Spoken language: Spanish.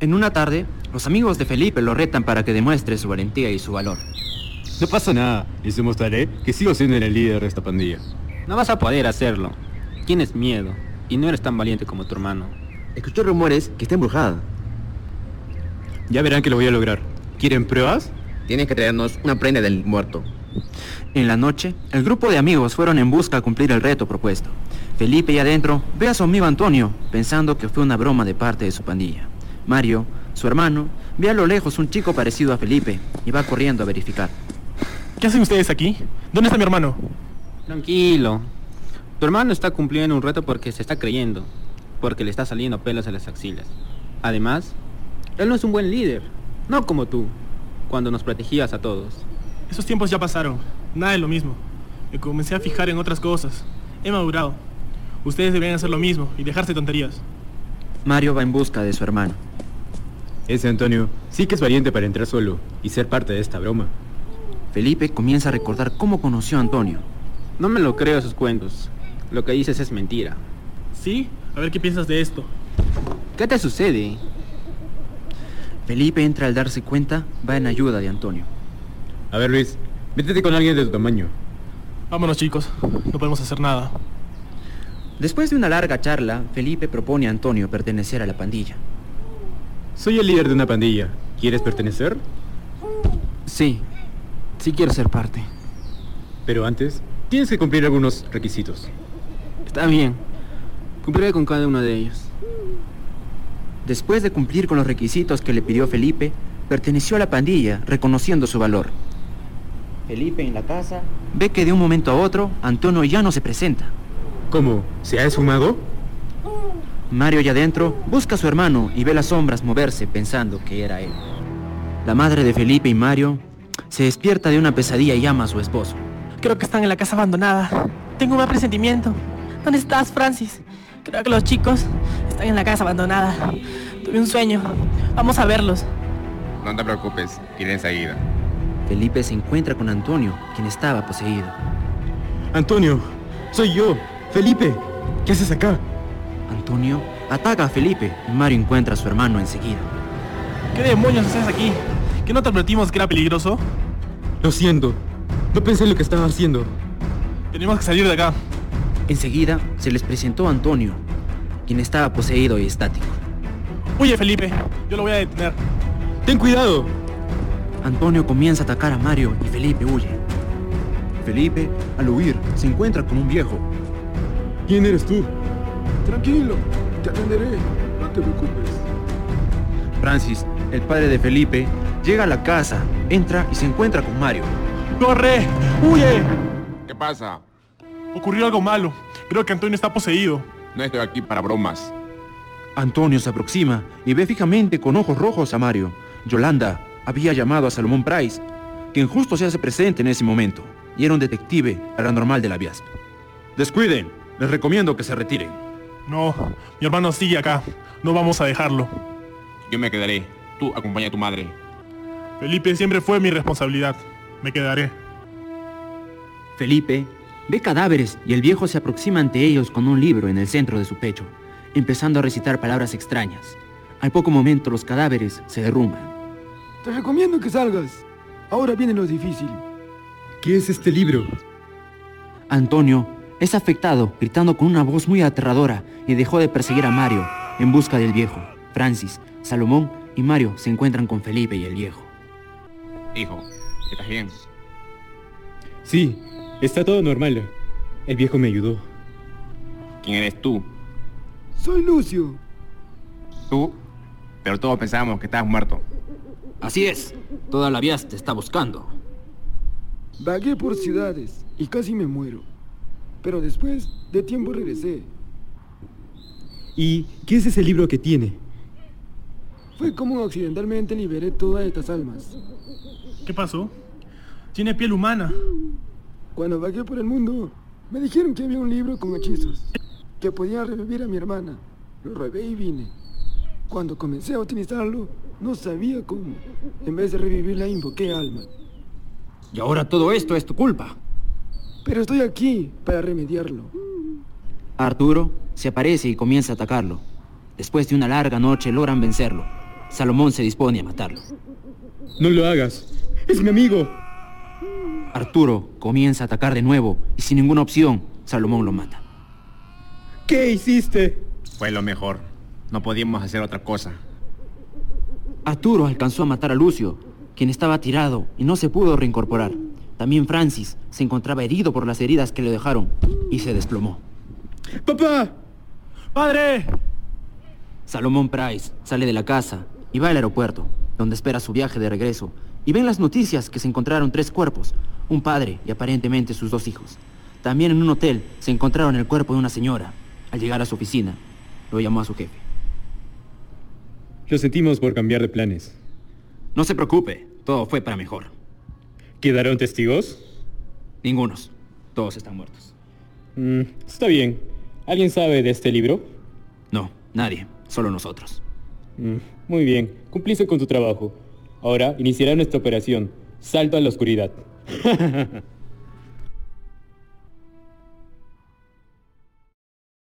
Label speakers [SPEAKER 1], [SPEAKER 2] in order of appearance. [SPEAKER 1] En una tarde, los amigos de Felipe lo retan para que demuestre su valentía y su valor.
[SPEAKER 2] No pasa nada, les demostraré que sigo siendo el líder de esta pandilla.
[SPEAKER 3] No vas a poder hacerlo. Tienes miedo y no eres tan valiente como tu hermano.
[SPEAKER 4] Escuché rumores que está embrujada.
[SPEAKER 2] Ya verán que lo voy a lograr. ¿Quieren pruebas?
[SPEAKER 4] Tienes que traernos una prenda del muerto.
[SPEAKER 1] En la noche, el grupo de amigos fueron en busca a cumplir el reto propuesto. Felipe y adentro ve a su amigo Antonio, pensando que fue una broma de parte de su pandilla. Mario, su hermano, ve a lo lejos un chico parecido a Felipe y va corriendo a verificar.
[SPEAKER 5] ¿Qué hacen ustedes aquí? ¿Dónde está mi hermano?
[SPEAKER 3] Tranquilo. Tu hermano está cumpliendo un reto porque se está creyendo, porque le está saliendo pelos a las axilas. Además, él no es un buen líder, no como tú, cuando nos protegías a todos.
[SPEAKER 5] Esos tiempos ya pasaron, nada es lo mismo. Me comencé a fijar en otras cosas. He madurado. Ustedes deberían hacer lo mismo y dejarse tonterías.
[SPEAKER 1] Mario va en busca de su hermano.
[SPEAKER 2] Ese Antonio sí que es valiente para entrar solo y ser parte de esta broma.
[SPEAKER 1] Felipe comienza a recordar cómo conoció a Antonio.
[SPEAKER 3] No me lo creo esos cuentos. Lo que dices es mentira.
[SPEAKER 5] ¿Sí? A ver qué piensas de esto.
[SPEAKER 3] ¿Qué te sucede?
[SPEAKER 1] Felipe entra al darse cuenta, va en ayuda de Antonio.
[SPEAKER 2] A ver, Luis, métete con alguien de tu tamaño.
[SPEAKER 5] Vámonos, chicos. No podemos hacer nada.
[SPEAKER 1] Después de una larga charla, Felipe propone a Antonio pertenecer a la pandilla.
[SPEAKER 2] Soy el líder de una pandilla. ¿Quieres pertenecer?
[SPEAKER 1] Sí, sí quiero ser parte.
[SPEAKER 2] Pero antes, tienes que cumplir algunos requisitos.
[SPEAKER 3] Está bien. Cumpliré con cada uno de ellos.
[SPEAKER 1] Después de cumplir con los requisitos que le pidió Felipe, perteneció a la pandilla, reconociendo su valor. Felipe en la casa ve que de un momento a otro Antonio ya no se presenta.
[SPEAKER 2] ¿Cómo? ¿Se ha esfumado?
[SPEAKER 1] Mario ya adentro busca a su hermano y ve las sombras moverse pensando que era él. La madre de Felipe y Mario se despierta de una pesadilla y llama a su esposo.
[SPEAKER 6] Creo que están en la casa abandonada. Tengo un mal presentimiento. ¿Dónde estás, Francis? Creo que los chicos están en la casa abandonada. Tuve un sueño. Vamos a verlos.
[SPEAKER 7] No te preocupes, iré enseguida.
[SPEAKER 1] Felipe se encuentra con Antonio, quien estaba poseído.
[SPEAKER 2] Antonio, soy yo, Felipe. ¿Qué haces acá?
[SPEAKER 1] Antonio ataca a Felipe y Mario encuentra a su hermano enseguida.
[SPEAKER 5] ¿Qué demonios haces aquí? ¿Que no te advertimos que era peligroso?
[SPEAKER 2] Lo siento, no pensé en lo que estaba haciendo.
[SPEAKER 5] Tenemos que salir de acá.
[SPEAKER 1] Enseguida se les presentó a Antonio, quien estaba poseído y estático.
[SPEAKER 5] Huye, Felipe, yo lo voy a detener.
[SPEAKER 2] ¡Ten cuidado!
[SPEAKER 1] Antonio comienza a atacar a Mario y Felipe huye. Felipe, al huir, se encuentra con un viejo.
[SPEAKER 2] ¿Quién eres tú?
[SPEAKER 8] Tranquilo, te atenderé, no te preocupes.
[SPEAKER 1] Francis, el padre de Felipe, llega a la casa, entra y se encuentra con Mario.
[SPEAKER 5] ¡Corre! ¡Huye!
[SPEAKER 7] ¿Qué pasa?
[SPEAKER 5] Ocurrió algo malo. Creo que Antonio está poseído.
[SPEAKER 7] No estoy aquí para bromas.
[SPEAKER 1] Antonio se aproxima y ve fijamente con ojos rojos a Mario. Yolanda había llamado a Salomón Price, quien justo se hace presente en ese momento, y era un detective paranormal de la VIASP.
[SPEAKER 2] Descuiden, les recomiendo que se retiren.
[SPEAKER 5] No, mi hermano sigue acá. No vamos a dejarlo.
[SPEAKER 7] Yo me quedaré. Tú acompaña a tu madre.
[SPEAKER 5] Felipe siempre fue mi responsabilidad. Me quedaré.
[SPEAKER 1] Felipe ve cadáveres y el viejo se aproxima ante ellos con un libro en el centro de su pecho, empezando a recitar palabras extrañas. Al poco momento los cadáveres se derrumban.
[SPEAKER 8] Te recomiendo que salgas. Ahora viene lo difícil.
[SPEAKER 2] ¿Qué es este libro?
[SPEAKER 1] Antonio es afectado, gritando con una voz muy aterradora y dejó de perseguir a Mario en busca del viejo. Francis, Salomón y Mario se encuentran con Felipe y el viejo.
[SPEAKER 7] Hijo, ¿estás bien?
[SPEAKER 2] Sí, está todo normal. El viejo me ayudó.
[SPEAKER 7] ¿Quién eres tú?
[SPEAKER 8] Soy Lucio.
[SPEAKER 7] ¿Tú? Pero todos pensábamos que estabas muerto.
[SPEAKER 1] Así es, toda la vías te está buscando.
[SPEAKER 8] Vagué por ciudades y casi me muero. Pero después de tiempo regresé.
[SPEAKER 2] ¿Y qué es ese libro que tiene?
[SPEAKER 8] Fue como accidentalmente liberé todas estas almas.
[SPEAKER 5] ¿Qué pasó? Tiene piel humana.
[SPEAKER 8] Cuando vagué por el mundo, me dijeron que había un libro con hechizos, que podía revivir a mi hermana. Lo robé y vine. Cuando comencé a utilizarlo, no sabía cómo. En vez de revivirla, invoqué alma.
[SPEAKER 1] Y ahora todo esto es tu culpa.
[SPEAKER 8] Pero estoy aquí para remediarlo.
[SPEAKER 1] Arturo se aparece y comienza a atacarlo. Después de una larga noche logran vencerlo. Salomón se dispone a matarlo.
[SPEAKER 2] No lo hagas. Es mi amigo.
[SPEAKER 1] Arturo comienza a atacar de nuevo y sin ninguna opción, Salomón lo mata.
[SPEAKER 2] ¿Qué hiciste?
[SPEAKER 7] Fue lo mejor. No podíamos hacer otra cosa.
[SPEAKER 1] Arturo alcanzó a matar a Lucio, quien estaba tirado y no se pudo reincorporar. También Francis se encontraba herido por las heridas que le dejaron y se desplomó.
[SPEAKER 2] ¡Papá!
[SPEAKER 5] ¡Padre!
[SPEAKER 1] Salomón Price sale de la casa y va al aeropuerto, donde espera su viaje de regreso, y ven las noticias que se encontraron tres cuerpos, un padre y aparentemente sus dos hijos. También en un hotel se encontraron el cuerpo de una señora. Al llegar a su oficina, lo llamó a su jefe.
[SPEAKER 2] Lo sentimos por cambiar de planes.
[SPEAKER 1] No se preocupe, todo fue para mejor.
[SPEAKER 2] ¿Quedaron testigos?
[SPEAKER 1] Ningunos. Todos están muertos.
[SPEAKER 2] Mm, está bien. ¿Alguien sabe de este libro?
[SPEAKER 1] No, nadie, solo nosotros.
[SPEAKER 2] Mm, muy bien. Cumpliste con tu trabajo. Ahora iniciará nuestra operación. Salto a la oscuridad.